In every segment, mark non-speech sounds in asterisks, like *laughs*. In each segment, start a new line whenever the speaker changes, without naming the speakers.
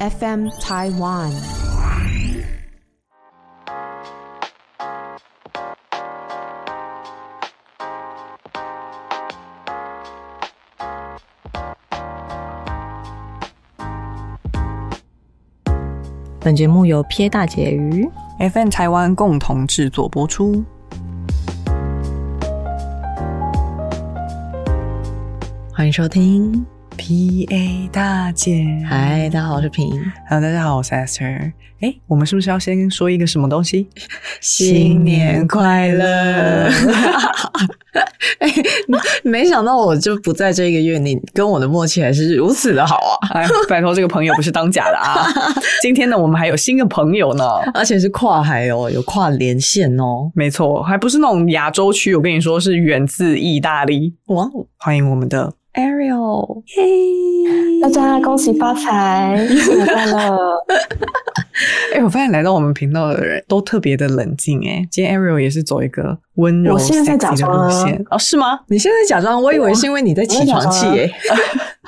FM Taiwan。
本节目由撇大姐鱼
FN 台湾共同制作播出。
欢迎收听。
PA 大姐，
嗨，大家好，我是平。
，Hello，大家好，我是 Esther。哎，我们是不是要先说一个什么东西？
新年
快乐
*laughs* 哎，没想到我就不在这个月，你跟我的默契还是如此的好啊，
哎，拜托，这个朋友不是当假的 *laughs* 啊！今天呢，我们还有新的朋友呢。
而且是跨海哦，有跨连线哦。
没错，还不是那种亚洲区，我跟你说是远自意大利。
哇哦，
欢迎我们的 Ariel，
大
啊
家恭喜发财，新年快乐！
*laughs* 哎、我发现来到我们频道的人都特别的冷静哎、今天 Ariel 也是走一个温柔
我现在在
sexy 的
假
路
装啊
线哦，是吗？
你现在假装，我以为是因为你在起床气耶、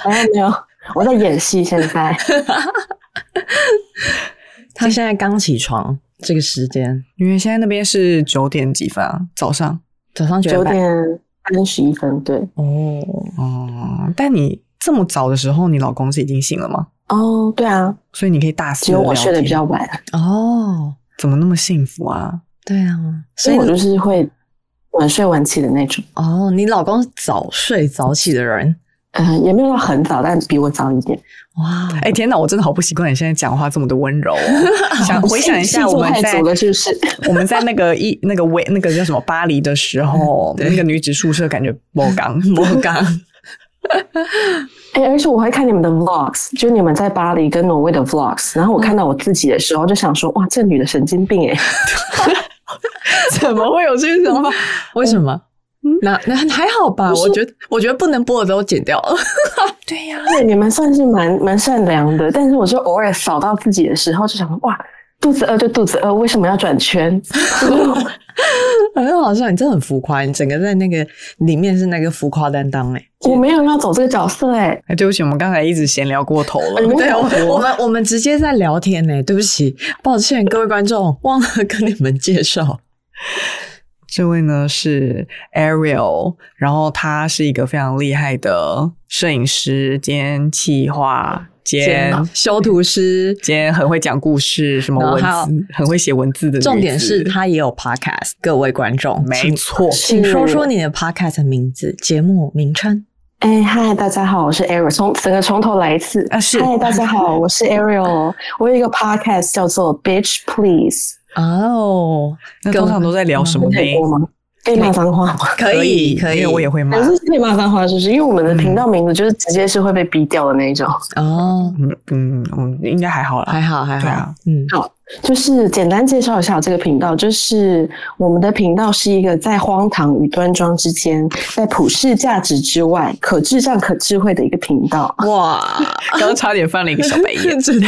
没哦有没有，我在演戏，现在
他现在刚起床，这个时间
因为现在那边是九点几分啊，早上
早上
九
半
点三十一分，对
哦，
哦、但你这么早的时候，你老公是已经醒了吗？
哦，对啊，
所以你可以大肆
只
地
有我
聊
睡得
天
比较晚，
哦，
怎么那么幸福啊？
对啊，所
所
以
以我就是会晚睡晚起的那种，
哦，你老公早睡早起的人，
嗯，也没有到很早，但比我早一点。
哇，哦
哎、天哪，我真的好不习惯你现在讲话这么的温柔、
*laughs*
哦。想回想一下，
星
我
座
们
太
在
足了，是不是？
我们在那个一那个维那个叫什么巴黎的时
*laughs*
候，
对
那个女子宿舍感觉爆刚
我刚
哎、而且我会看你们的 vlogs，就你们在巴黎跟挪威的 vlogs，然后我看到我自己的时候，就想说，哇，这女的神经病哎、
怎么会有这
*laughs*
种想法？
为什么？那那还好吧，我觉得我觉得不能播的都剪掉了。
对呀、
*laughs* 对，你们算是蛮蛮善良的，但是我就偶尔扫到自己的时候，就想哇，肚子饿就肚子饿，为什么要转圈？
*laughs*
*laughs*
很好笑，你真的很浮夸，你整个在那个里面是那个浮夸担当哎、
我没有要走这个角色哎、
哎，对不起，我们刚才一直闲聊过头
*laughs*
了。
哎
对，我
我
们我们我们直接在聊天呢、对不起，抱歉各位观众，忘了跟你们介
*laughs*
绍。
这位呢是 Ariel，然后他是一个非常厉害的摄影师兼企划兼
修图师，
兼很会讲故事，什么文
然后还有
字，很会写文字的女子。
重点是他也有 podcast，各位观众，
没
请
错，
请
是
说说你的 podcast 的名字、节目名称。
哎嗨，大家好，我是 Ariel，从整个从头来一次。
啊是
嗨，大家好，我是 Ariel，我有一个 podcast 叫做 Bitch Please，
哦，
那通常都在聊什么
我可
呢？
以播吗？可以骂脏话吗？
嗯可以可以，
因为我也会骂
还。是可以骂脏话，是不是？因为我们的频道名字就是直接是会被逼掉的那一种。
哦，
嗯嗯嗯，应该还好啦。
还好还
对
好，
啊
嗯，
就是简单介绍一下我这个频道，就是我们的频道是一个在荒唐与端庄之间，在普世价值之外，可智障可智慧的一个频道。
哇，。
刚刚差点翻了一个小白眼
*laughs*
*laughs*
真的。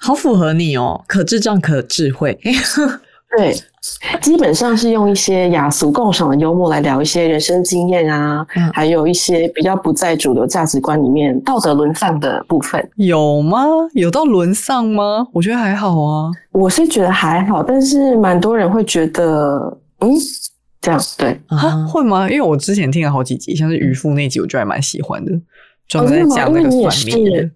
好符合你哦，可智障可智
*laughs*
慧，
对，基本上是用一些雅俗共赏的幽默来聊一些人生经验啊，
嗯
还有一些比较不在主流价值观里面道德沦丧的部分。
有吗？有到沦丧吗？我觉得还好啊。
我是觉得还好，但是蛮多人会觉得，嗯，这样对。
啊，
啊，
会吗？因为我之前听了好几集，像是渔夫那集，我就还蛮喜欢的，专
嗯
门
哦
在
真的吗
讲那个
因为你也
算命的
是。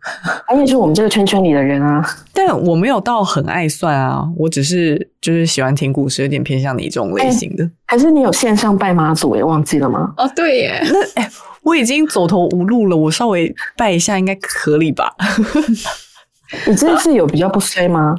而且是我们这个圈圈里的人啊，
但我没有到很爱算啊，我只是就是喜欢听故事，有点偏向你这种类型的。
还是你有线上拜妈祖也忘记了吗？
哦对耶，
那哎、我已经走投无路了，我稍微拜一下应该合理吧？ *laughs*
你这次有比较不衰吗？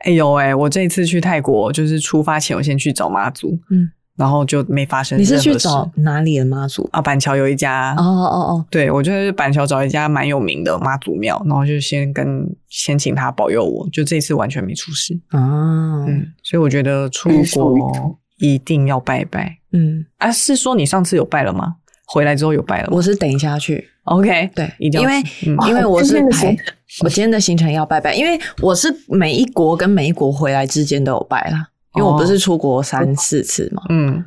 哎、有哎、我这一次去泰国，就是出发前我先去找妈祖，
嗯，
然后就没发生
你
任何事。
是去找哪里的妈祖？
啊？板桥有一家
哦哦
对，我就是板桥找一家蛮有名的妈祖庙，然后就先跟先请他保佑我，就这一次完全没出事。
哦，啊，
嗯，所以我觉得出
嗯手语
国一定要拜拜
嗯，
啊！是说你上次有拜了吗？回来之后有拜了吗？
我是等一下去，
OK，
对，
一定要
因为
嗯
因为
哇
我
今
是
天的
排
行
我今天的行程要拜拜，因为我是每一国哦跟每一国回来之间都有拜啦，因为我不是出国三四次嘛，
嗯，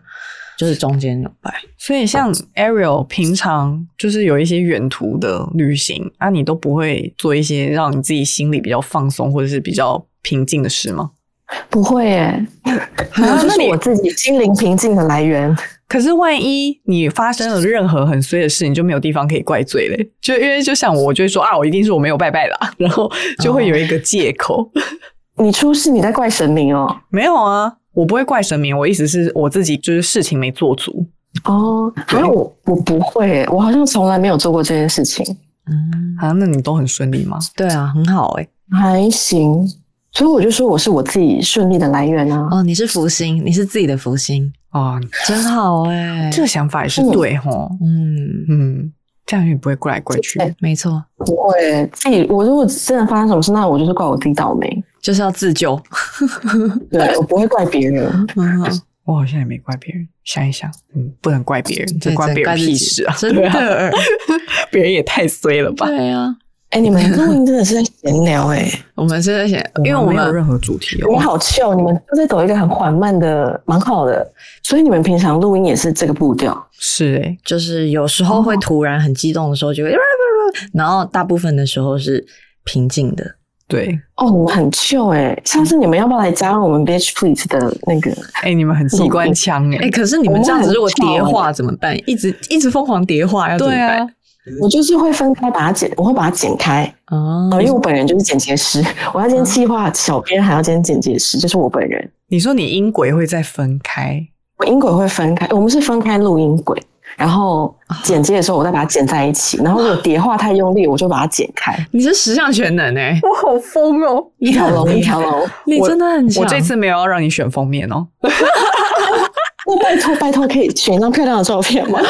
就是中间有白。
所以像 Ariel 平常就是有一些远途的旅行啊，你都不会做一些让你自己心里比较放松或者是比较平静的事吗？啊
不会耶，我就
那
是
你
我自己心灵平静的来源。
可是万一你发生了任何很衰的事，你就没有地方可以怪罪嘞。就因为就像我，我就会说啊，我一定是我没有拜拜啦，然后就会有一个借口。
你出事，你在怪神明哦。
没有啊，我不会怪神明，我意思是我自己就是事情没做足。
哦，好像我我不会耶，我好像从来没有做过这件事情，
嗯，
啊，那你都很顺利吗？
对啊，很好哎、
还行。所以我就说我是我自己顺利的来源啊。
哦，你是福星，你是自己的福星，
啊，
真好哎、
这个想法也是对吼。
嗯，
嗯，这样也不会怪来怪去。
对
没错，
不会，自己我如果真的发生什么事，那我就是怪我自己倒霉，
就是要自救。
对我不会怪别人。
嗯哼，
我好像也没怪别人，想一想，嗯，不能怪别人，这
*laughs* 对
关
只能
别人
怪自
屁
己
事啊！
真
*laughs* 对啊，
的，
别人也太衰了吧？
对啊，
哎、你们录音真的是在闲聊哎、
我们是在写，因为我
没有
们
任何主题
你
哦。
好秀，你们都在走一个很缓慢的，蛮好的。所以你们平常录音也是这个步调，
是欸诶，
就是有时候会突然很激动的时候就会， *laughs* 然后大部分的时候是平静的。
对，
哦，你们很秀哎、下次你们要不要来加入我们 Bitch Please 的那个？
哎，你们很机关枪
哎、
哎。
可是你们这样子如果叠
我们
化怎么办？一直一直疯狂叠化要怎么
对啊
办？，
我就是会分开把它剪，我会把它剪开，
哦
哦，因为
嗯
我本人就是剪接师，我要兼企划小编，还要兼剪接师，就是我本人。
你说你音轨会再分开，
我音轨会分开，我们是分开录音轨，然后
啊
剪接的时候我再把它剪在一起，然后如果叠化太用力，我就把它剪开，
你是十项全能哎、
*laughs* 我好疯哦！
一条龙
很
一条龙。
你真的很强。
我这次没有要让你选封面哦，
*laughs* 那拜托拜托，可以选一张漂亮的照片吗？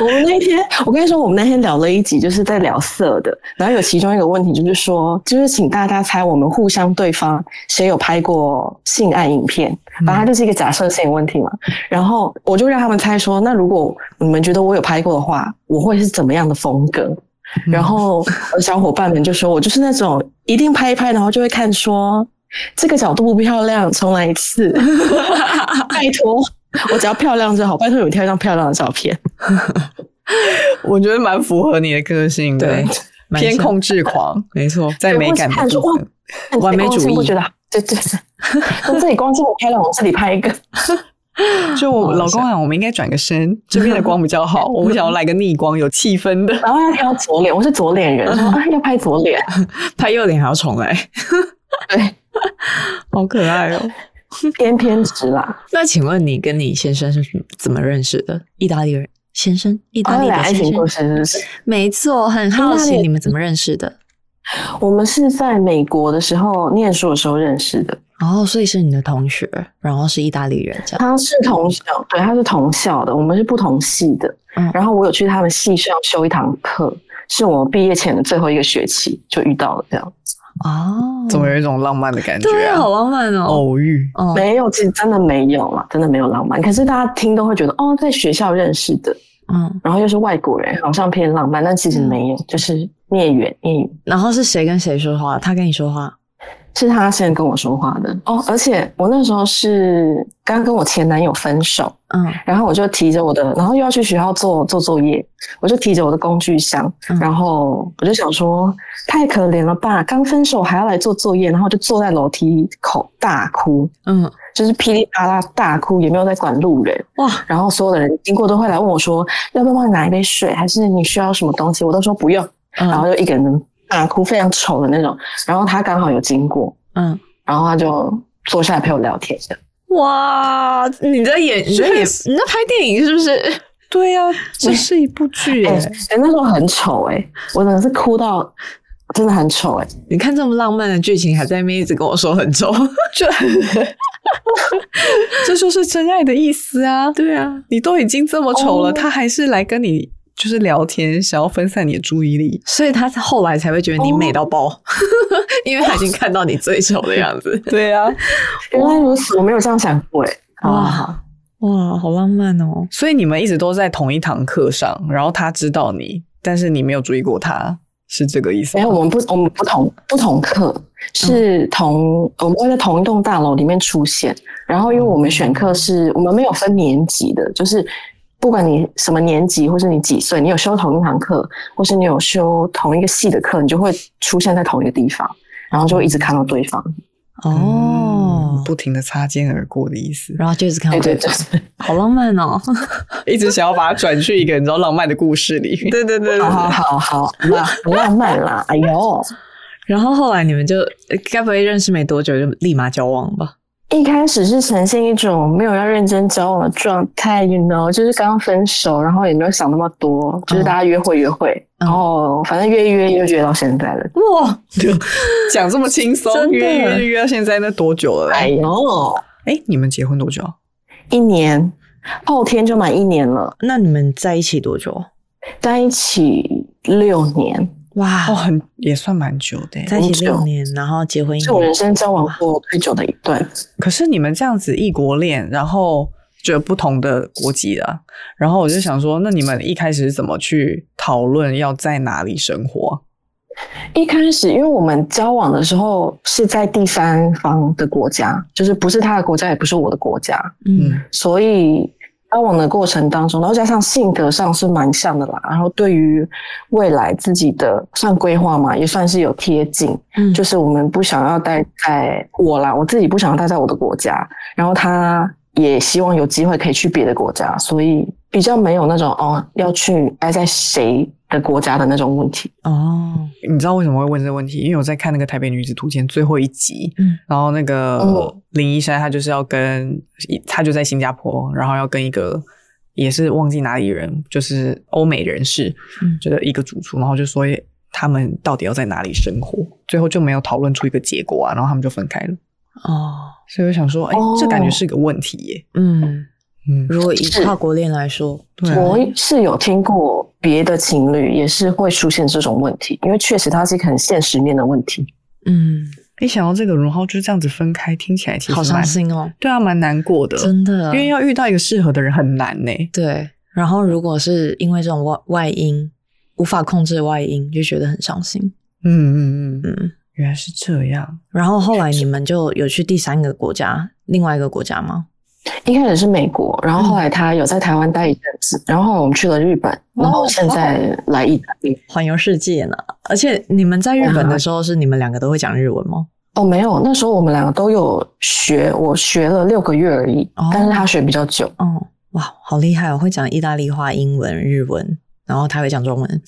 我们那一天，我跟你说，我们那天聊了一集，就是在聊色的。然后有其中一个问题就是说，就是请大家猜我们互相对方谁有拍过性爱影片，反正它就是一个假设性的问题嘛。然后我就让他们猜说，那如果你们觉得我有拍过的话，我会是怎么样的风格？
嗯
然后呃小伙伴们就说，我就是那种一定拍一拍，然后就会看说这个角度不漂亮，重来一次。
*laughs*
拜托，我只要漂亮就好，拜托你们挑一张漂亮的照片。
我觉得蛮符合你的个性的，
对蛮
偏
像
控制狂， *laughs* 没错，在
对
美
或是
感
看
的
说
部
哇
分，
完美主义
我觉得对对对，从这里光这里拍了，往这里拍一个，
就我老公啊，我们应该转个身，这边的光比较好，我们想要来个逆光，有气氛的。
然后要挑左脸，我是左脸
嗯
人，说啊要拍左脸，
拍右脸还要重来，
对，
好可爱哦。
偏偏执啦。
那请问你跟你先生是怎么认识的？意大利人先生，意大
然后
利
俩
的
哦啊爱
先
情故
生，
事是不是？
没错，很好
意大
奇
利
你们怎么认识的。
我们是在美国的时候念书的时候认识的，
哦，所以是你的同学，然后是意大利人，这样。
他是同校，对，他是同校的，我们是不同系的。
嗯
然后我有去他们系上修一堂课，是我毕业前的最后一个学期就遇到了这样。
哦，
怎么有一种浪漫的感觉
对啊，
啊？
好浪漫哦。
偶遇，
哦，
没有，其实真的没有啦，真的没有浪漫。可是大家听都会觉得，哦，在学校认识的，
嗯，
然后又是外国人，好像偏浪漫，但其实没有，就是孽缘，孽缘
然后是谁跟谁说话？他跟你说话？
是他先跟我说话的哦。而且我那时候是刚跟我前男友分手，
嗯
然后我就提着我的，然后又要去学校做做作业，我就提着我的工具箱，
嗯
然后我就想说太可怜了吧，刚分手还要来做作业，然后就坐在楼梯口大哭，
嗯，
就是噼里啪啦大哭，也没有在管路人。
哇，
然后所有的人经过都会来问我说，要不要帮你拿一杯水，还是你需要什么东西？我都说不用，然
嗯
后就一个人大哭，非常丑的那种。然后他刚好有经过，
嗯，
然后他就坐下来陪我聊天的。
哇，你在演，你在演，你在拍电影是不是？
对啊，这是一部剧
哎、
哎，
哎那时候很丑哎、我真的是哭到真的很丑哎、
你看这么浪漫的剧情，还在那边一直跟我说很重。
这 *laughs* 这就是真爱的意思啊！
对啊，
你都已经这么丑了，
哦
他还是来跟你就是聊天，想要分散你的注意力。哦
所以他后来才会觉得你美到爆， *laughs* 因为他已经看到你最丑的样子。
对啊，
原来如此，我没有这样想过哎、好好好，
*laughs* 哇，好浪漫哦！
所以你们一直都在同一堂课上，然后他知道你，但是你没有注意过他，是这个意思
哎，
吗？
我们不，我们不同不同课，是同、我们会在同一栋大楼里面出现。然后，因为我们选课是、我们没有分年级的，就是不管你什么年级，或是你几岁，你有修同一堂课，或是你有修同一个系的课，你就会出现在同一个地方，然后就会一直看到对方。
哦
嗯，不停的擦肩而过的意思，
然后就一直看到
对对
对方，，
对
好浪漫哦。
*laughs* 一直想要把它转去一个你知道浪漫的故事里面。
对对对
好好好好，那很浪漫啦！哎呦，
*laughs* 然后后来你们就呃该不会认识没多久就立马交往吧？
一开始是呈现一种没有要认真交往的状态，you know，就是刚分手，然后也没有想那么多，就是大家约会约会，
嗯
然后反正约一约就约到现在了。
哇，
讲这么轻松，
真的
约约约到现在那多久了？
哎
哎，
呦，
哎，你们结婚多久？
一年，后天就满一年了，
*laughs* 那你们在一起多久？
在一起六年，
哇
哦，，很也算蛮久的耶。
在一起
很久
六年，然后结婚一
是我
年
人，生交往过最久的一段。
可是你们这样子异国恋，然后就有不同的国籍了，然后我就想说，那你们一开始是怎么去讨论要在哪里生活？
一开始，因为我们交往的时候是在第三方的国家，就是不是他的国家，也不是我的国家，
嗯，
所以交往的过程当中，然后加上性格上是蛮像的啦，然后对于未来自己的算规划嘛，也算是有贴近。
嗯
就是我们不想要待在我啦，我自己不想要待在我的国家，然后他也希望有机会可以去别的国家，所以比较没有那种哦要去待在谁的国家的那种问题。
哦，
你知道为什么会问这个问题？因为我在看那个《台北女子图鉴》最后一集，
嗯
然后那个
嗯
林一山他就是要跟，他就在新加坡，然后要跟一个也是忘记哪里人，就是欧美人士，
嗯
觉得一个主厨，然后就说哎他们到底要在哪里生活，最后就没有讨论出一个结果啊，然后他们就分开了。
哦，
所以我想说，哎、
哦
这感觉是个问题耶。
嗯，
嗯，
如果以跨国恋来说，
对啊
我是有听过别的情侣也是会出现这种问题，因为确实它是一个很现实面的问题。
嗯，
一想到这个，然后就这样子分开，听起来其实
好伤
蛮，
心哦，
对啊，蛮难过的，
真的，
因为要遇到一个适合的人很难呢。
对。然后如果是因为这种外外因无法控制的外因，就觉得很伤心，
嗯嗯嗯，
嗯。
原来是这样。
然后后来你们就有去第三个国家，另外一个国家吗？
一开始是美国，然后后来他有在台湾待一阵子，然后后来我们去了日本，
哦
然后现在来意大利。
环游世界呢？而且你们在日本的时候，是你们两个都会讲日文吗？
哦，没有，那时候我们两个都有学，我学了六个月而已，
哦
但是他学比较久。
哦，哇，好厉害哦！会讲意大利话、英文、日文，然后他会讲中文，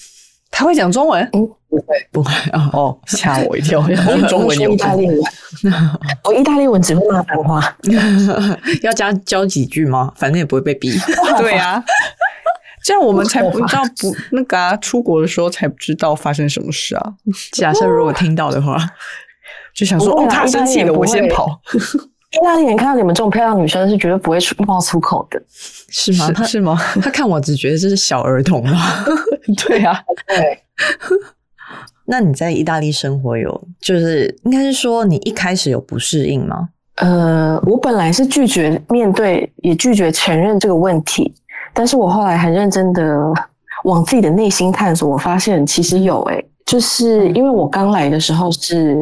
他会讲中文
嗯，
哦
不会，
不会啊？
哦，吓我一
*laughs*
跳，我想说 *laughs* 中文
我
有
意大利文，我意大利文只会骂脏话。
*laughs* 要加教几句吗？反正也不会被逼。
对啊。这样我们才不
我
知道不那个啊，出国的时候才不知道发生什么事啊，
*laughs* 假设如果听到的话，
就想说
不会
哦，
啊
他生气
意大利
了，
人不
我
会
先跑，
意大利人看到你们这种漂亮女生是绝对不会出冒出口的。
是吗？他 *laughs*
是吗？
他看我只觉得这是小儿童 *laughs* 吧。
对啊，
对，
那你在意大利生活有，就是应该是说你一开始有不适应吗？
呃，我本来是拒绝面对，也拒绝承认这个问题，但是我后来很认真的往自己的内心探索，我发现其实有诶、就是因为我刚来的时候是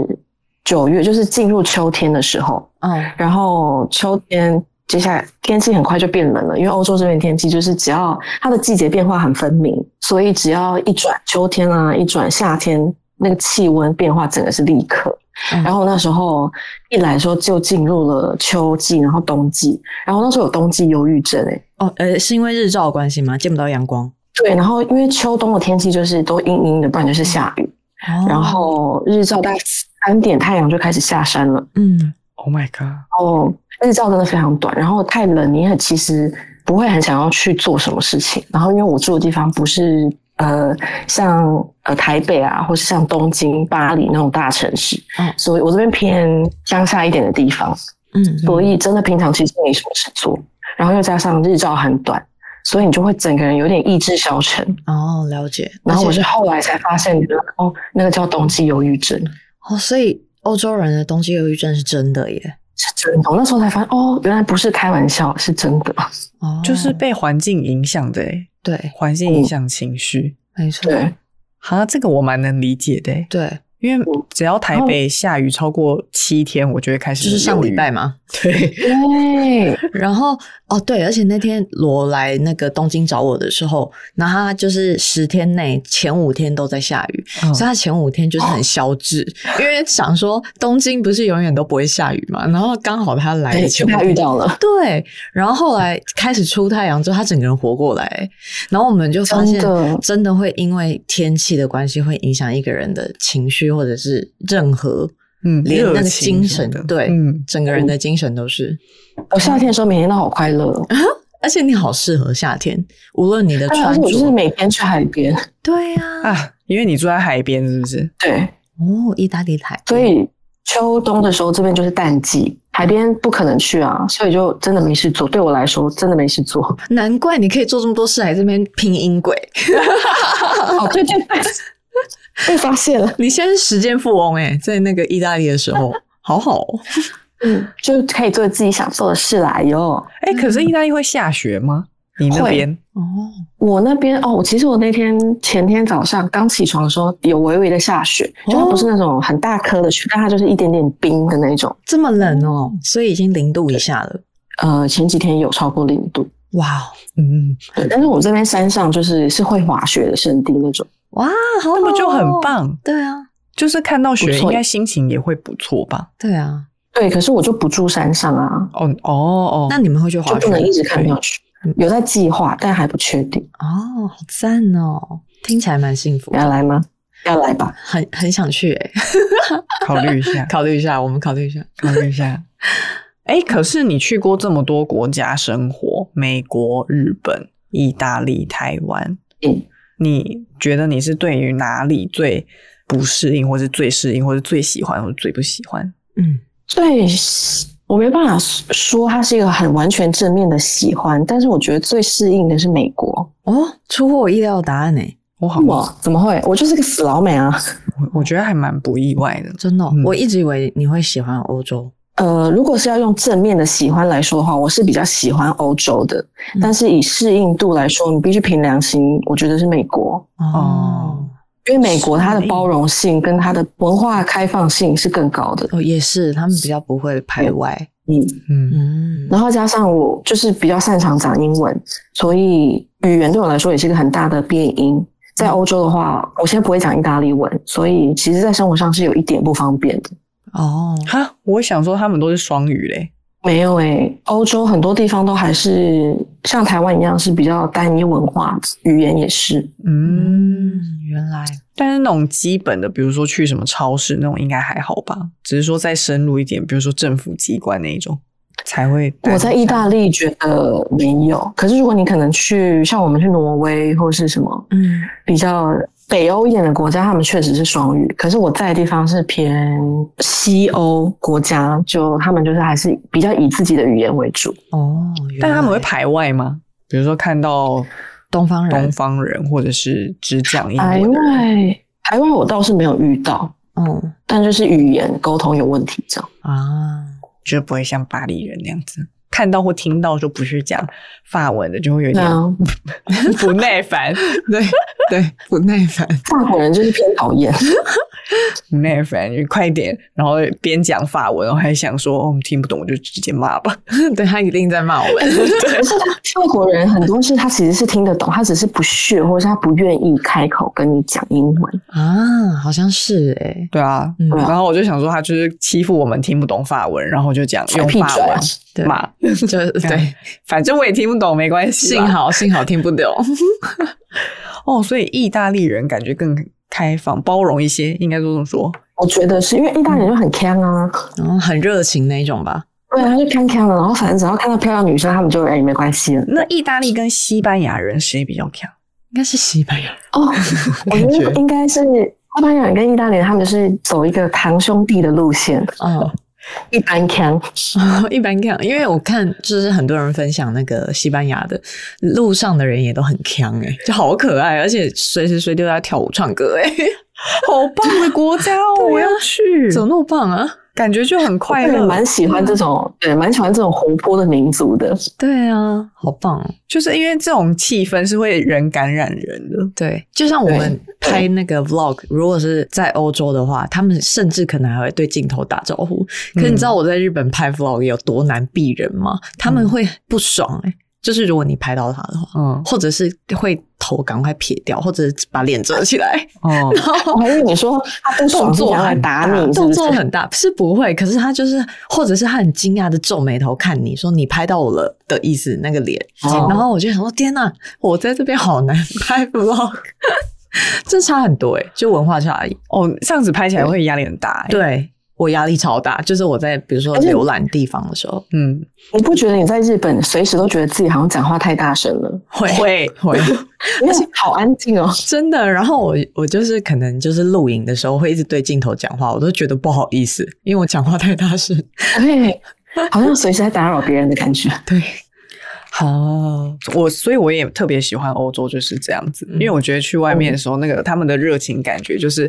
九月，就是进入秋天的时候，
嗯
然后秋天接下来天气很快就变冷了，因为欧洲这边天气就是只要它的季节变化很分明，所以只要一转秋天啊，一转夏天，那个气温变化整个是立刻。
嗯
然后那时候一来说就进入了秋季，然后冬季，然后那时候有冬季忧郁症诶、
哦，呃，是因为日照的关系吗？见不到阳光。
对，然后因为秋冬的天气就是都阴阴的，不然就是下雨，
哦
然后日照大概三点太阳就开始下山了。
嗯
Oh my god！
哦，日照真的非常短，然后太冷，你也其实不会很想要去做什么事情。然后因为我住的地方不是呃像呃台北啊，或是像东京、巴黎那种大城市，
嗯
所以我这边偏乡下一点的地方，
嗯，
所以真的平常其实没什么事做，然后又加上日照很短，所以你就会整个人有点意志消沉。
哦，了解。
然后我
而且
是后来才发现，原来哦，那个叫冬季忧郁症。
哦，所以欧洲人的冬季忧郁症是真的耶。
是真的，我那时候才发现哦，原来不是开玩笑，是真的。
哦，
就是被环境影响的欸，
对，哦
环境影响情绪。
没错。
对，
啊，这个我蛮能理解的欸，
对，
因为只要台北下雨超过七天，我就会开始
哦就是上
有
礼
雨
拜嘛。
对，
对，
然后哦，对，而且那天罗来那个东京找我的时候，那他就是十天内前五天都在下雨，
嗯
所以他前五天就是很消滞，因为想说东京不是永远都不会下雨嘛，然后刚好他来
哎，
的前
就
五
怕遇
天。
到了，
对，然后后来开始出太阳之后，他整个人活过来，然后我们就发现
真的，
真的会因为天气的关系，会影响一个人的情绪，或者是任何
嗯，
连
热
那个
情
精
什
神
么的，
对
嗯，
整个人的精神都是。
我哦夏天的时候每天都好快乐，
而且你好适合夏天，无论你的
但啊而
穿
且我就是
着，
每天去海边，
对呀、
啊，因为你住在海边，是不是？
对，
哦，意大利海，
所以秋冬的时候这边就是淡季，海边不可能去啊，所以就真的没事做。对我来说，真的没事
*laughs*
做。
难怪你可以做这么多事，还这边拼音轨，
哦，对对
*laughs*
对，被发现了。
你现在是时间富翁哎、在那个意大利的时 *laughs* 候，好好、哦，
嗯，就可以做自己想做的事啦哟。
哎，可是意大利会下雪吗？你那
嗯会
边
哦，
我那边哦，我其实我那天前天早上刚起床的时候，有微微的下雪，就它
哦
不是那种很大颗的雪，但它就是一点点冰的那种。
这么冷哦，所以已经零度以下了，
呃，前几天有超过零度，
哇哦
嗯，
对，但是我们这边山上就是是会滑雪的圣地那种。
哇，好好、
那么就很，棒，
对啊，
就是看到
哦不
雪，应
错
该心情也会不错吧？
对啊，
对，可是我就不住山上啊，
哦哦哦，
那你们会去
就
滑雪
不能一直看到雪
嗯。
有在计划，但还不确定。
哦，好赞哦，听起来蛮幸福的，
要来吗？要来吧。
很很想去哎、，
*laughs* 考虑一
*laughs*
下
*laughs* 考虑一下，我们考虑一下，
考虑一下。哎，可是你去过这么多国家生活，美国、日本、意大利、台湾，
嗯，
你觉得你是对于哪里最不适应，或是最适应，或是最喜欢，或是最不喜欢？
嗯，
最喜我没办法说它是一个很完全正面的喜欢，但是我觉得最适应的是美国。
哦，出乎我意料的答案哎、
我好，我
我怎么会？我就是个死老美啊！
我觉得还蛮不意外的。
真的哦、
嗯
我一直以为你会喜欢欧洲。
呃，如果是要用正面的喜欢来说的话，我是比较喜欢欧洲的
嗯，
但是以适应度来说，你必须凭良心，我觉得是美国，
哦
哦
因为美国它的
适应
包容性跟它的文化开放性是更高的。
哦，也是，他们比较不会排外。
嗯，
嗯
嗯，
然后加上我就是比较擅长讲英文，所以语言对我来说也是一个很大的变音。在欧洲的话，我现在不会讲意大利文，所以其实，在生活上是有一点不方便的。
哦，
哈，我想说他们都是双语嘞。
没有诶、欧洲很多地方都还是像台湾一样是比较单一文化，语言也是。
嗯，
嗯，原来
但是那种基本的，比如说去什么超市那种，应该还好吧？只是说再深入一点，比如说政府机关那一种，才会。
我在意大利觉得没有，可是如果你可能去像我们去挪威或是什么
嗯，
比较北欧一点的国家，他们确实是双语。可是我在的地方是偏西欧国家，就他们就是还是比较以自己的语言为主。
哦，原
但他们会
来
排外吗？比如说看到
东方
东
人，
方人，或者是只讲英
海
文的人，
外，海外我倒是没有遇到，
嗯
但就是语言沟通有问题这样。
啊，
就不会像巴黎人那样子。看到或听到就不是讲法文的，就会有点
那
*laughs* 不耐烦，
对 *laughs* 对，不耐烦。
法国人就是偏
*laughs*
讨厌。
不耐烦，你快点。然后边讲法文，然后还想说，哦，我们听不懂，我就直接骂吧。
*laughs* 对他一定在骂我 *laughs* 们。
可是外国人很多事他其实是听得懂，他只是不屑或者是他不愿意开口跟你讲英文。
啊，好像是哎、
对啊，
嗯
然后我就想说，他就是欺负我们听不懂法文，然后我就讲用
屁
法
拽啊
文
对， *laughs*
骂，
就对，
反正我也听不懂，没关系
幸
啦。
好幸好听不 *laughs* 懂。
哦，所以意大利人感觉更开放、包容一些，应该这么说。
我觉得是因为意大利人就很 can 啊，
然后哦很热情那一种吧。
对，他就 can can 了，然后反正只要看到漂亮女生，他们就哎、没关系了。
那意大利跟西班牙人谁比较强？
应该是西班牙，
哦，我觉
感觉
得应该是西班牙人跟意大利人，他们就是走一个堂兄弟的路线，
嗯，
一般 can。
*laughs* 一般看，因为我看就是很多人分享那个西班牙的路上的人也都很强哎、就好可爱，而且随时 *laughs* 随地都在跳舞唱歌哎、
好棒的国家哦！我要去
怎么那么棒啊？
感觉就很快
对，
乐，
蛮喜欢这种，对，蛮喜欢这种活泼的民族的。
对啊，好棒哦！
就是因为这种气氛是会人感染人的。
对，就像我们拍那个 vlog，如果是在欧洲的话，他们甚至可能还会对镜头打招呼。可是你知道我在日本拍 vlog 有多难避人吗？他们会不爽哎、就是如果你拍到他的话，
嗯，
或者是会头赶快撇掉，或者是把脸遮起来，
哦， *laughs*
然后
我还以为你说他不爽
动
是
作
想要来
很
打
大，
你，是不是
动作很大 *laughs* 是不会，可是他就是，或者是他很惊讶的皱眉头看你说你拍到我了的意思那个脸，
哦
然后我就想说天呐，我在这边好难 *laughs* 拍 vlog，这差很多诶、就文化差异。
哦，这样子拍起来会压力很大、欸。，
对我压力超大，就是我在比如说
而且
浏览地方的时候，
嗯，
你不觉得你在日本随时都觉得自己好像讲话太大声了？
会
会
会
而且好安静哦，
真的。然后我我就是可能就是录影的时候会一直对镜头讲话，我都觉得不好意思，因为我讲话太大声。
对，好像随时在打扰别人的感觉。
对，
好、我所以我也特别喜欢欧洲就是这样子，
嗯
因为我觉得去外面的时候，那个他们的热情感觉就是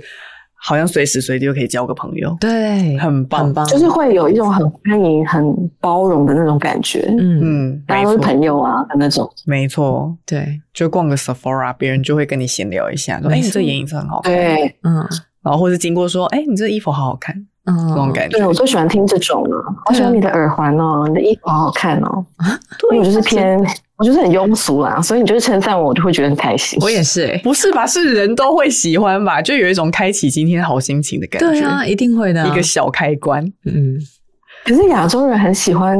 好像随时随地就可以交个朋友，
对，
很棒，嗯
很棒，
就是会有一种很欢迎、很包容的那种感觉，
嗯，
嗯，
大
没
家都是
错，
朋友啊的那种。
没错，
对，
就逛个 Sephora，别人就会跟你闲聊一下，说：“哎、
没
你
错
这眼影色很好看。”
对，
嗯
然后或是经过说：“哎、你这衣服好好看。”
嗯，
这种感觉
对，，啊我最喜欢听这种了、啊。我喜欢你的耳环哦，你的衣服好好看哦。
啊
因为我就是偏，我就是很庸俗啦，所以你就是称赞我，我就会觉得很开心。
我也是、欸，
不是吧？是人都会喜欢吧？就有一种开启今天好心情的感觉，
对啊，一定会的啊、
一个小开关。
嗯
可是亚洲人很喜欢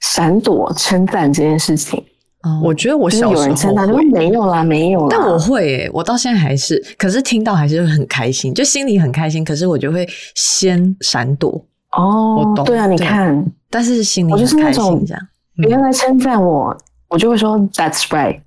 闪躲称赞这件事情，
哦
我觉得我
就是
小
嗯有
时
人称赞
候
就
会
说没有啦，没有啦。
但我会耶、我到现在还是，可是听到还是会很开心，就心里很开心，可是我就会先闪躲，
哦，
我懂
对啊，你看，
但是心里
我就是
很
那
开心
种
这样。
嗯
别人来称赞我，我就会说 That's right。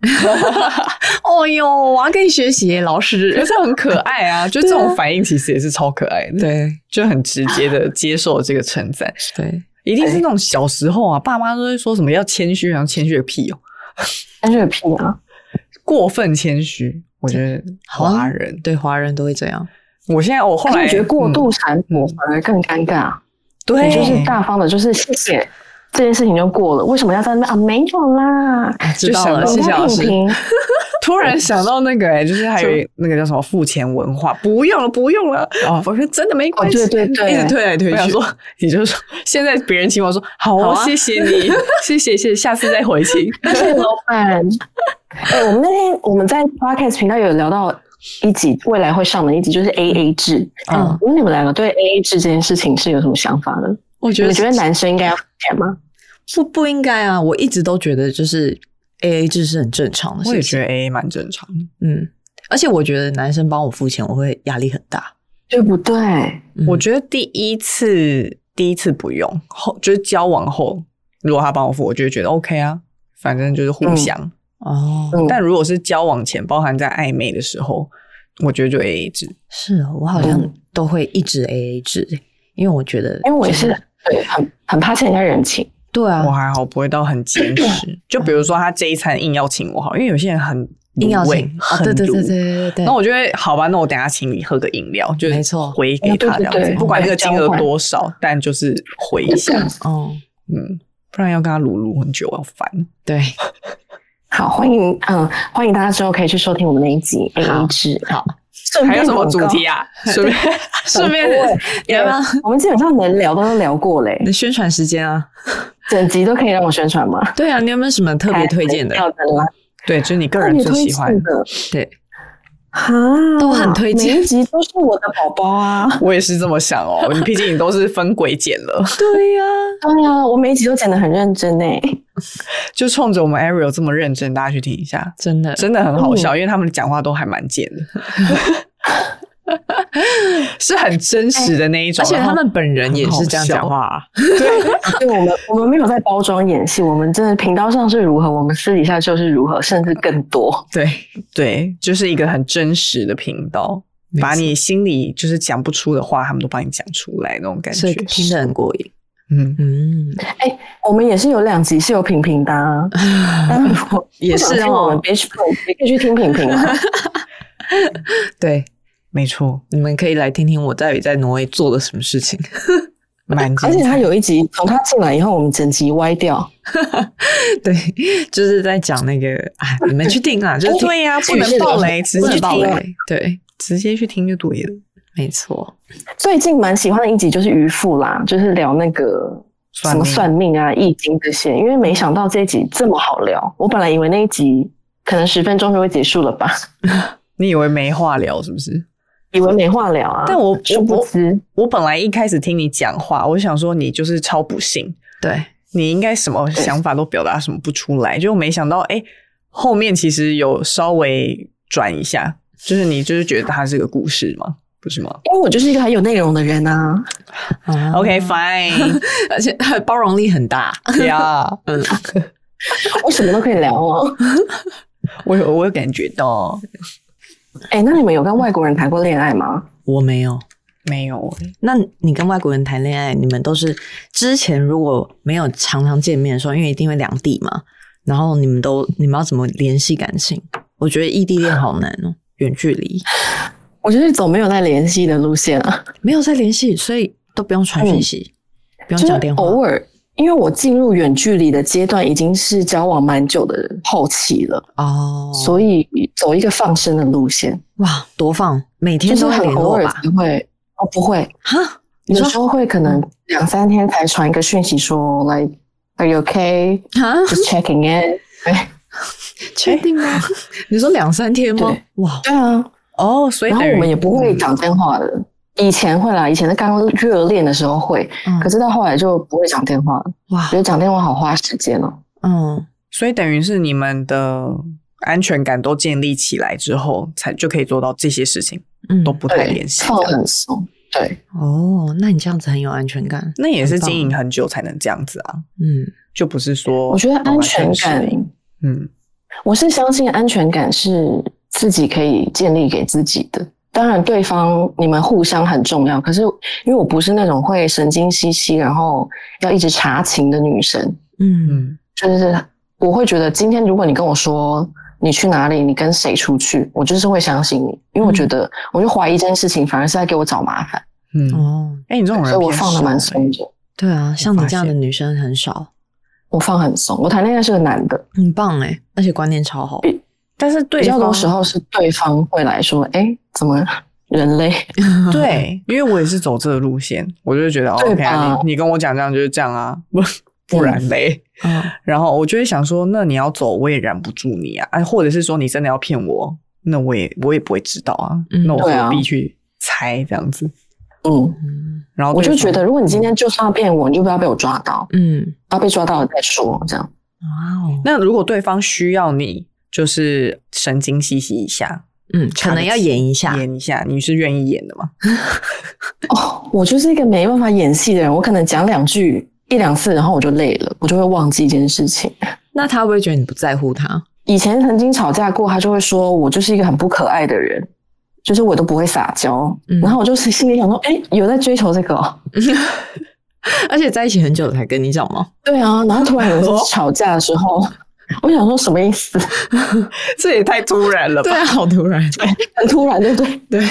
哦呦，我要跟你学习耶、老
可
师。
是很可爱啊！就这种反应其实也是超可爱的，
对
就很直接的接受这个称赞。
对，
一定是那种小时候啊，爸妈都会说什么要谦虚，然后谦虚个屁哦，
但是有屁啊！
过分谦虚。我觉得
好啊
华
像
人，
对华人都会这样。
我现在我后
但是
来
我觉得过
嗯
度闪躲反而更尴尬。
对，
你就是大方的，就是谢谢，这件事情就过了。为什么要在那边啊？没有啦，
啊知道了，
就
谢
想
谢
我
老
们在
师
品。评。
突然想到那个、欸，就是还有一那个叫什么付钱文化，不用了，不用了。
哦
我说真的没关系，
哦对对对
一直推来推
我
去。
想
说，你就 *laughs* 说现在别人请我说好哦，
好啊
谢谢你，谢谢谢谢，下次再回请。
谢谢老板。
*laughs*
哎、我们那天我们在 podcast 频道有聊到一集未来会上的一集，就是 A A 制。
嗯
嗯，那你们两个对 A A 制这件事情是有什么想法呢？
我觉
你
得
们觉得男生应该要付钱吗？
不不应该啊！我一直都觉得就是 A A 制是很正常的事情。
我也觉得 A A 蛮正常的，
嗯，而且我觉得男生帮我付钱，我会压力很大。
对不对？
嗯
我觉得第一次第一次不用，后就是交往后，如果他帮我付，我就会觉得 OK 啊，反正就是互相。
哦，
嗯，
但如果是交往前，包含在暧昧的时候，我觉得就 A A 制。
是哦，我好像
嗯
都会一直 A A 制，因为我觉得，
因为我也是对很很怕欠人家人情。
对啊
我，还好，不会到很
*coughs*
坚持。就比如说他这一餐硬要请我好，因为有些人很
硬要
卤味
请啊，
很
对对对
卤
对对对
那我就会好吧，那我等一下请你喝个饮料，就是
没错
回给
嗯对
他这
对
样
对
子，不管那个
交
金额
换
多少，但就是回一下，
哦，
嗯，不然要跟他撸撸很久，要烦。
对，
好，欢迎，嗯，欢迎大家之后可以去收听我们那一集 A
好
A 制。
好，
顺便
*laughs* 还有什么
广
主
告
题啊？顺便 *laughs* 顺便
你要不要
我们基本上能聊都聊过欸嘞
*laughs* 你，的宣传时间啊？
*laughs* 整集都可以让我宣传吗？
对啊，你有没有什么 *laughs* 特别推荐的
哎
开？玩笑的啦，
*laughs* 对，就是你个
特
人
别
最
推
喜欢
荐。的
对，
哈，
都很推荐
每一集都是我的宝
*laughs*
宝啊。
我也是这么想哦，你毕竟你都是分轨剪了， *laughs*
对呀，
对啊，我每一集都剪得很认真诶、
就冲着我们 Ariel 这么认真，大家去听一下，
真的，
真的很好笑，因为他们讲话都还蛮贱的， *laughs* 是很真实的那一种，啊
哎而且他们本人也
很好
是这样讲
笑
话啊，
*laughs* 因为我们我们没有在包装演戏，我们真的频道上是如何，我们私底下就是如何，甚至更多。
对对，就是一个很真实的频道，
没
把
错
你心里就是讲不出的话，他们都帮你讲出来那种感
所以
觉。
听得很过瘾。
嗯，
嗯，
我们也是有两集是有品评
*laughs*
的、啊，但如果
也
不想
是
听我 *laughs* 们
哦，
bitch p 也可以去听品
*laughs*
评啊。
对，
没错， *laughs*
你们可以来听听我到底在挪威做了什么事情。
蛮精彩
而且他有一集从他进来以后，我们整集歪掉。
*laughs* 对，就是在讲那个，哎，你们去听啊，就是
对呀、不
去
能
是的
爆雷，直
不
接
能
去
爆
爆
听
雷，
雷，对，
直接去听就对了。
没错。
最近蛮喜欢的一集就是渔夫啦，就是聊那个什么算命啊、易经这些。因为没想到这一集这么好聊，我本来以为那一集可能十分钟就会结束
*laughs*
了吧，
你以为没话聊是不是？
以为没话聊啊。
但我
殊不知，
我本来一开始听你讲话，我就想说你就是超不幸，
对，
你应该什么想法都表达什么不出来，就没想到哎、诶后面其实有稍微转一下，就是你就是觉得它是个故事嘛，不是吗
因为我就是一个很有内容的
*laughs*
人啊。
？OK
*laughs*
fine，
而且 *laughs* 它的包容力很大，
呀，
嗯，
我什么都可以聊哦。
我有我有感觉到，
哎、那你们有跟外国人谈过恋爱吗？
我没有。
没有欸诶
那你跟外国人谈恋爱，你们都是之前如果没有常常见面的时候，因为一定会两地嘛，然后你们都你们要怎么联系感情？我觉得异地恋好难哦，远距离
我就是走没有在联系的路线啊，
没有在联系，所以都不用传讯息，不用
嗯就
讲
是
电话。
偶尔，因为我进入远距离的阶段已经是交往蛮久的后期了，
哦，
所以走一个放生的路线，
哇，多放，每
就
天
是
都会
很
联
偶
络
尔
吧？
才会哦，不会，
哈，你
有
说
时候会可能两三天才传一个讯息说来。Are you okay?
哈，
Just checking in 对。
确定吗？ *laughs* 你说两三天吗
对？
哇，
对啊，
哦，所以
然后
等于
我们也不会讲电话的。以前会啦，以前在刚热恋的时候会，
嗯
可是到后来就不会讲电话了，
哇
觉，得讲电话好花时间哦。
嗯，
所以等于是你们的安全感都建立起来之后，才就可以做到这些事情
嗯
都不太
对，
联系这
放
样。
很松。对，
哦，那你这样子很有安全感。
那也是经
很
营很久才能这样子啊，
棒，嗯
就不是说
我觉得安全
完
感
全是，嗯，
我是相信安全感是自己可以建立给自己的。当然，对方你们互相很重要，可是因为我不是那种会神经兮兮，然后要一直查情的女生，
嗯
嗯，
就是我会觉得今天如果你跟我说你去哪里，你跟谁出去，我就是会相信你，因为我觉得我就怀疑这件事情，反而是在给我找麻烦，
嗯，
哦，
哎、你这种
所
人
以我
偏
放的
少欸
蛮松的，
对啊，像你
发
这样的
现
女生很少，
我放很松。我谈恋爱是个男的，
很棒哎，而且观念超好。 *laughs*
但是对
比较
方
多时候是对方会来说，哎、怎么人类？
对，因为我也是走这个路线，我就觉得哦
对
，OK 啊
吧
你你跟我讲这样就是这样啊，
*laughs*
不不然嘞。
嗯，
然后我就会想说，那你要走，我也拦不住你啊，哎，或者是说你真的要骗我，那我也我也不会知道啊，
嗯
那我
对啊
何必去猜这样子？
嗯，
嗯
然后
我
对
就
方
觉得，如果你今天就算要骗我，你就不要被我抓到，
嗯，
要被抓到了再说，这样。
哇哦，
那如果对方需要你，就是神经兮兮一下，
嗯，
插
可能
个
要
旗
演一下，
演一下，你是愿意演的吗？ *laughs*
哦，我就是一个没办法演戏的人，我可能讲两句一两次，然后我就累了，我就会忘记一件事情。
那他会不会觉得你不在乎他？
以前曾经吵架过，他就会说我就是一个很不可爱的人，就是我都不会撒娇，
嗯
然后我就是心里想说，哎、有在追求这个、哦。
而且在一起很久才跟你讲吗？
对啊，然后突然有一
哦
次吵架的时候， *laughs* 我想说什么意思？ *laughs*
这也太突然了吧
对？啊，好突然。
很突然，对不对？
对，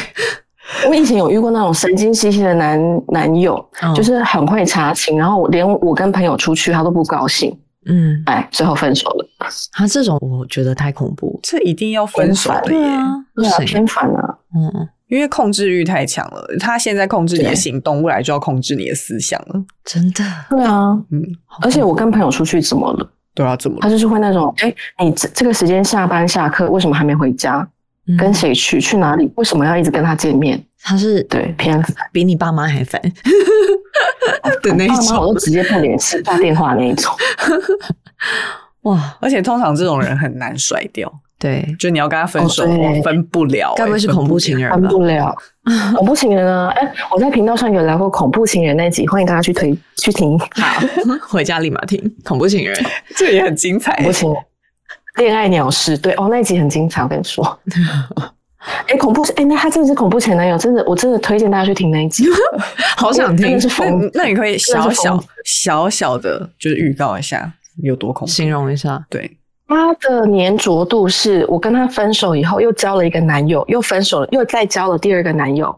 我以前有遇过那种神经兮兮的男男友，
嗯
就是很会查情，然后我连我跟朋友出去他都不高兴，
嗯，
哎，最后分手了。
他这种我觉得太恐怖。
这一定要分手了
对
耶，
啊，不
对啊，
行，
偏烦啊！
嗯，
因为控制欲太强了。他现在控制你的
对
行动，未来就要控制你的思想了。
真的，
对啊，
嗯，
而且我跟朋友出去怎么了？
对啊，怎么
他就是会那种，哎，你这这个时间下班下课为什么还没回家？
嗯
跟谁去？去哪里？为什么要一直跟他见面？
他是
对，偏烦。
比你爸妈还烦 *laughs* 的那一
爸妈我
种
都。直接不联系，挂电话那
*laughs*
一种。
哇，
而且通常这种人很难甩掉，
对，
就你要跟他分手，
哦对
哇分不了、
该不会是恐怖情
人？
人
分
吧？
不了。恐怖情人呢？哎、我在频道上有聊过恐怖情人那一集，欢迎大家去推去听。
好， *laughs* 回家立马听恐怖情 *laughs* 人。
这也很精彩
恐怖情人，哎恋爱鸟事，对哦，那一集很精彩，我跟你说。 *laughs* 哎、恐怖哎、那他真的是恐怖前男友，真的，我真的推荐大家去听那一 *laughs* 集。
好想
真
听
的是，
那
疯子，
那你可以
真
小
的是疯
小
子
小小的，就是预告一下有多恐怖。
形容一下，
对，
他的粘着度 *laughs* 是我跟他分手以后，又交了一个男友，又分手了，又再交了第二个男友，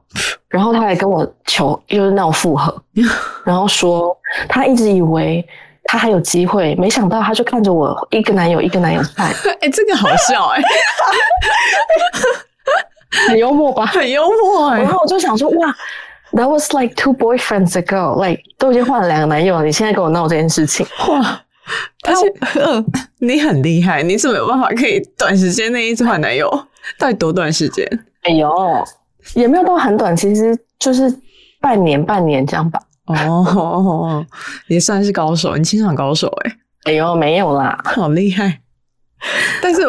然后他还跟我求，就是那种复合， *laughs* 然后说他一直以为他还有机会，没想到他就看着我一个男友一个男友看，
*laughs* 哎、这个好笑
*laughs*
哎、
*laughs* 很幽默吧？
很幽默哎、
然后我就想说，哇，That was like two boyfriends ago，like 都已经换了两个男友了，你现在跟我闹这件事情，
哇！而且、嗯 *laughs* 你很厉害，你怎么有办法可以短时间内一直换男友？到底多短时间？
哎呦，也没有到很短，其实就是半年半年这样吧。
*laughs* 哦，也算是高手，你欣赏高手哎、
哎呦，没有啦，
好厉害！
但是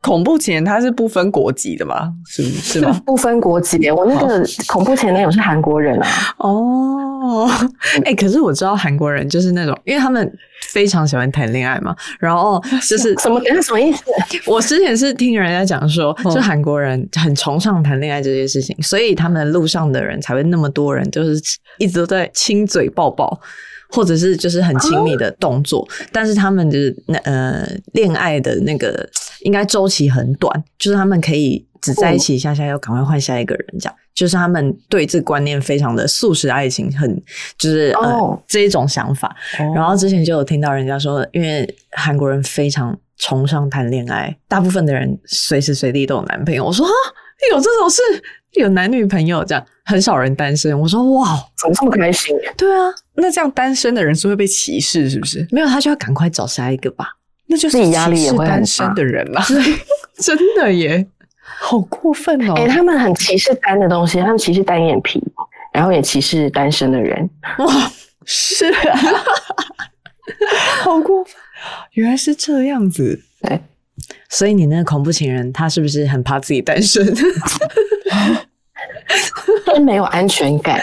恐怖情人他是不分国籍的嘛？是是啊吗？
不分国籍，我那个恐怖前男友是韩国人啊，
*laughs* 哦，哎、可是我知道韩国人就是那种，因为他们非常喜欢谈恋爱嘛，然后 *laughs* 就是
什么？等一下什么意思？
我之前是听人家讲说，
嗯
就韩国人很崇尚谈恋爱这件事情，所以他们路上的人才会那么多人，就是一直都在亲嘴抱抱，或者是就是很亲密的动作。但是他们的那呃恋爱的那个应该周期很短，就是他们可以只在一起一下下，要赶快换下一个人，这样。就是他们对这个观念非常的素食爱情很，就是呃、
哦
这一种想法。然后之前就有听到人家说，因为韩国人非常崇尚谈恋爱，大部分的人随时随地都有男朋友。我说啊，有这种事，有男女朋友这样，很少人单身。我说哇，哦
怎么这么开心？
对啊，
那这样单身的人是会被歧视，是不是？
没有他就要赶快找下一个吧。
那就是
自己压力也会
歧
很
视
大
单身的人啦、
*laughs* 真的耶，
好过分哦！
哎、他们很歧视单的东西，他们歧视单眼皮，然后也歧视单身的人。
是啊，好过分，原来是这样子。
对，
所以你那个恐怖情人，他是不是很怕自己单身？ *laughs*
真没有安全感，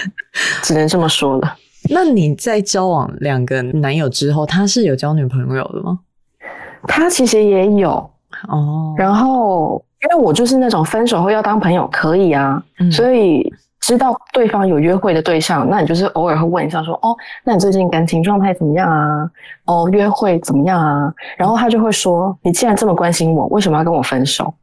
只能这么说了。
那你在交往两个男友之后，他是有交女朋友的吗？
他其实也有，
哦，
然后因为我就是那种分手后要当朋友可以啊，
嗯
所以知道对方有约会的对象，那你就是偶尔会问一下说，哦，那你最近感情状态怎么样啊？哦，约会怎么样啊？然后他就会说，你既然这么关心我，为什么要跟我分手？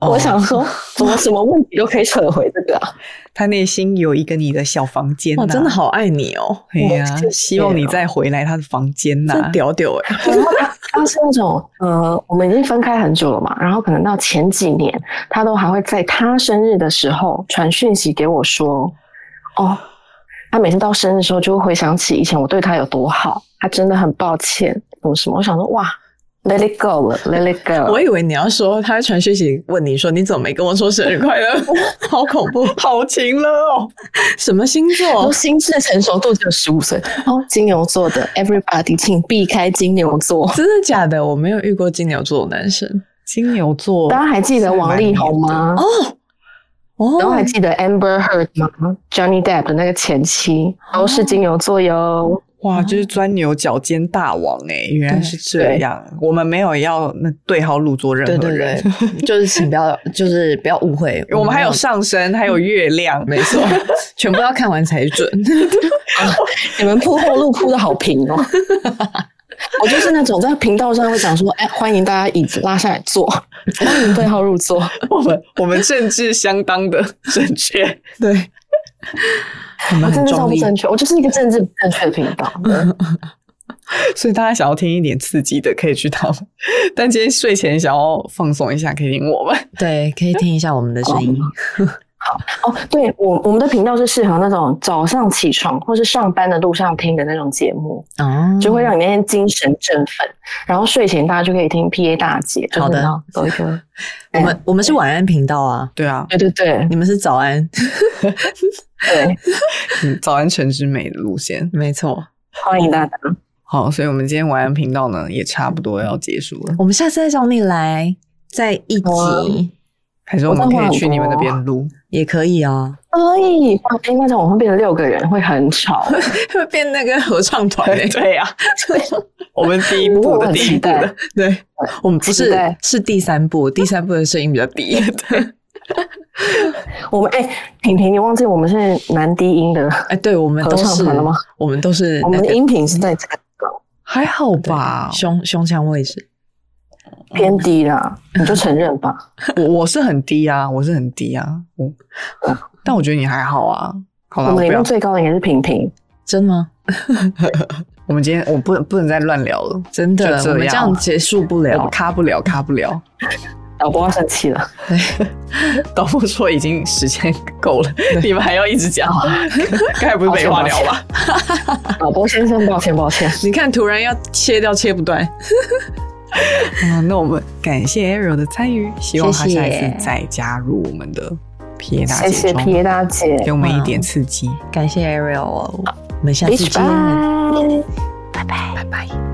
哦
我
*laughs*
想说，怎么什么问题都可以扯回这个、啊？
他内心有一个你的小房间、呐，
哇，真的，好爱你哦，
哎呀、
谢谢
希望你再回来他的房间呐、
真屌屌哎、
然后他他是那种呃，我们已经分开很久了嘛，然后可能到前几年，他都还会在他生日的时候传讯息给我说，哦，他每次到生日的时候就会回想起以前我对他有多好，他真的很抱歉，什么什么，我想说哇，let it go 了，let it go，
我以为你要说他传讯息问你说你怎么没跟我说生日快乐， *laughs* 好恐怖，
好情了哦，
什么星
我
座
都？心智成熟度只有十五岁哦，金牛座的 everybody 请避开金牛座。
真的假的？我没有遇过金牛座的男生
金牛座，
大家还记得王力宏吗？
哦
然后还
哦，
记得 Amber Heard 吗？Johnny Depp 的那个前妻都是金牛座哟。
哇，就是钻牛角尖大王哎、原来是这样。我们没有要那对号入座任
对
何
对
人，
对， *laughs* 就是请不要，就是不要误会，
我们还有
没
上升，还有月亮，没错。
全部要看完才准。 *laughs*
你们铺后路铺的好平 *laughs* 哦。我就是那种在频道上会讲说，哎，欢迎大家椅子拉下来坐，欢迎对号入座。
我们我们政治相当的正确，
对，我
我
们
真
很
的超
中
不
立。
正确，我就是一个政治不正确的频 *laughs* 道。
所以大家想要听一点刺激的，可以去他们。但今天睡前想要放松一下，可以听我们。
对，可以听一下我们的声音。
哦，对我我们的频道是适合那种早上起床或是上班的路上听的那种节目，
哦，
就会让你那天精神振奋。然后睡前大家就可以听 PA 大姐，就是
好的
你知道有一个，
我们我们是晚安频道啊，
对啊，
对对对
你们是早安， *laughs*
对，
嗯早安陈之美的路线。
没错。
欢迎大家。
好，所以我们今天晚安频道呢，也差不多要结束了。
我们下次再找你来，再一
好啊
集
还是我们可以去你们那边录？
也可以啊。
可以，哇哎，那种我会变成六个人，会很吵。
*laughs* 会变那
*laughs*
个合唱团、欸。
对对
啊
呀、我们第一步
我
的
很
第一
期
步
待
的，对，
*laughs* 我们不
期
是
待
是第三部，第三部的声音比较低。
*laughs* 我们哎，婷婷，你忘记我们是男低音的，
哎，对我们都
合
是
唱团了吗，
我们都是
我
那
们的
个
音频是在这个地方
还好
对
吧？
胸胸腔位置。
偏低啦，你就承认吧。
我我是很低啊，我是很低啊，我，但我觉得你还好啊，好
我
了，我
们
不
联
要
盟，最高的应该是平平，
真的吗？
我们今天我不能不能再乱聊了，
真的，
就这
我们这
样
样结束不
我
了
们。卡不了，卡不了。
导播要生气了。
导播说已经时间够了，你们还要一直讲，
啊
*laughs* 刚才不是没话聊吗？
导播先生，抱歉抱歉。
你看，突然要切掉，切不
*laughs*
断。
啊，那我们感谢 Ariel 的参与，希望他
谢谢
下一次再加入我们的 PA 大姐
谢谢
中
P A 大姐，
给我们一点刺激。
感谢 Ariel，哦我们下次
Bitch
见。
bye。
拜拜。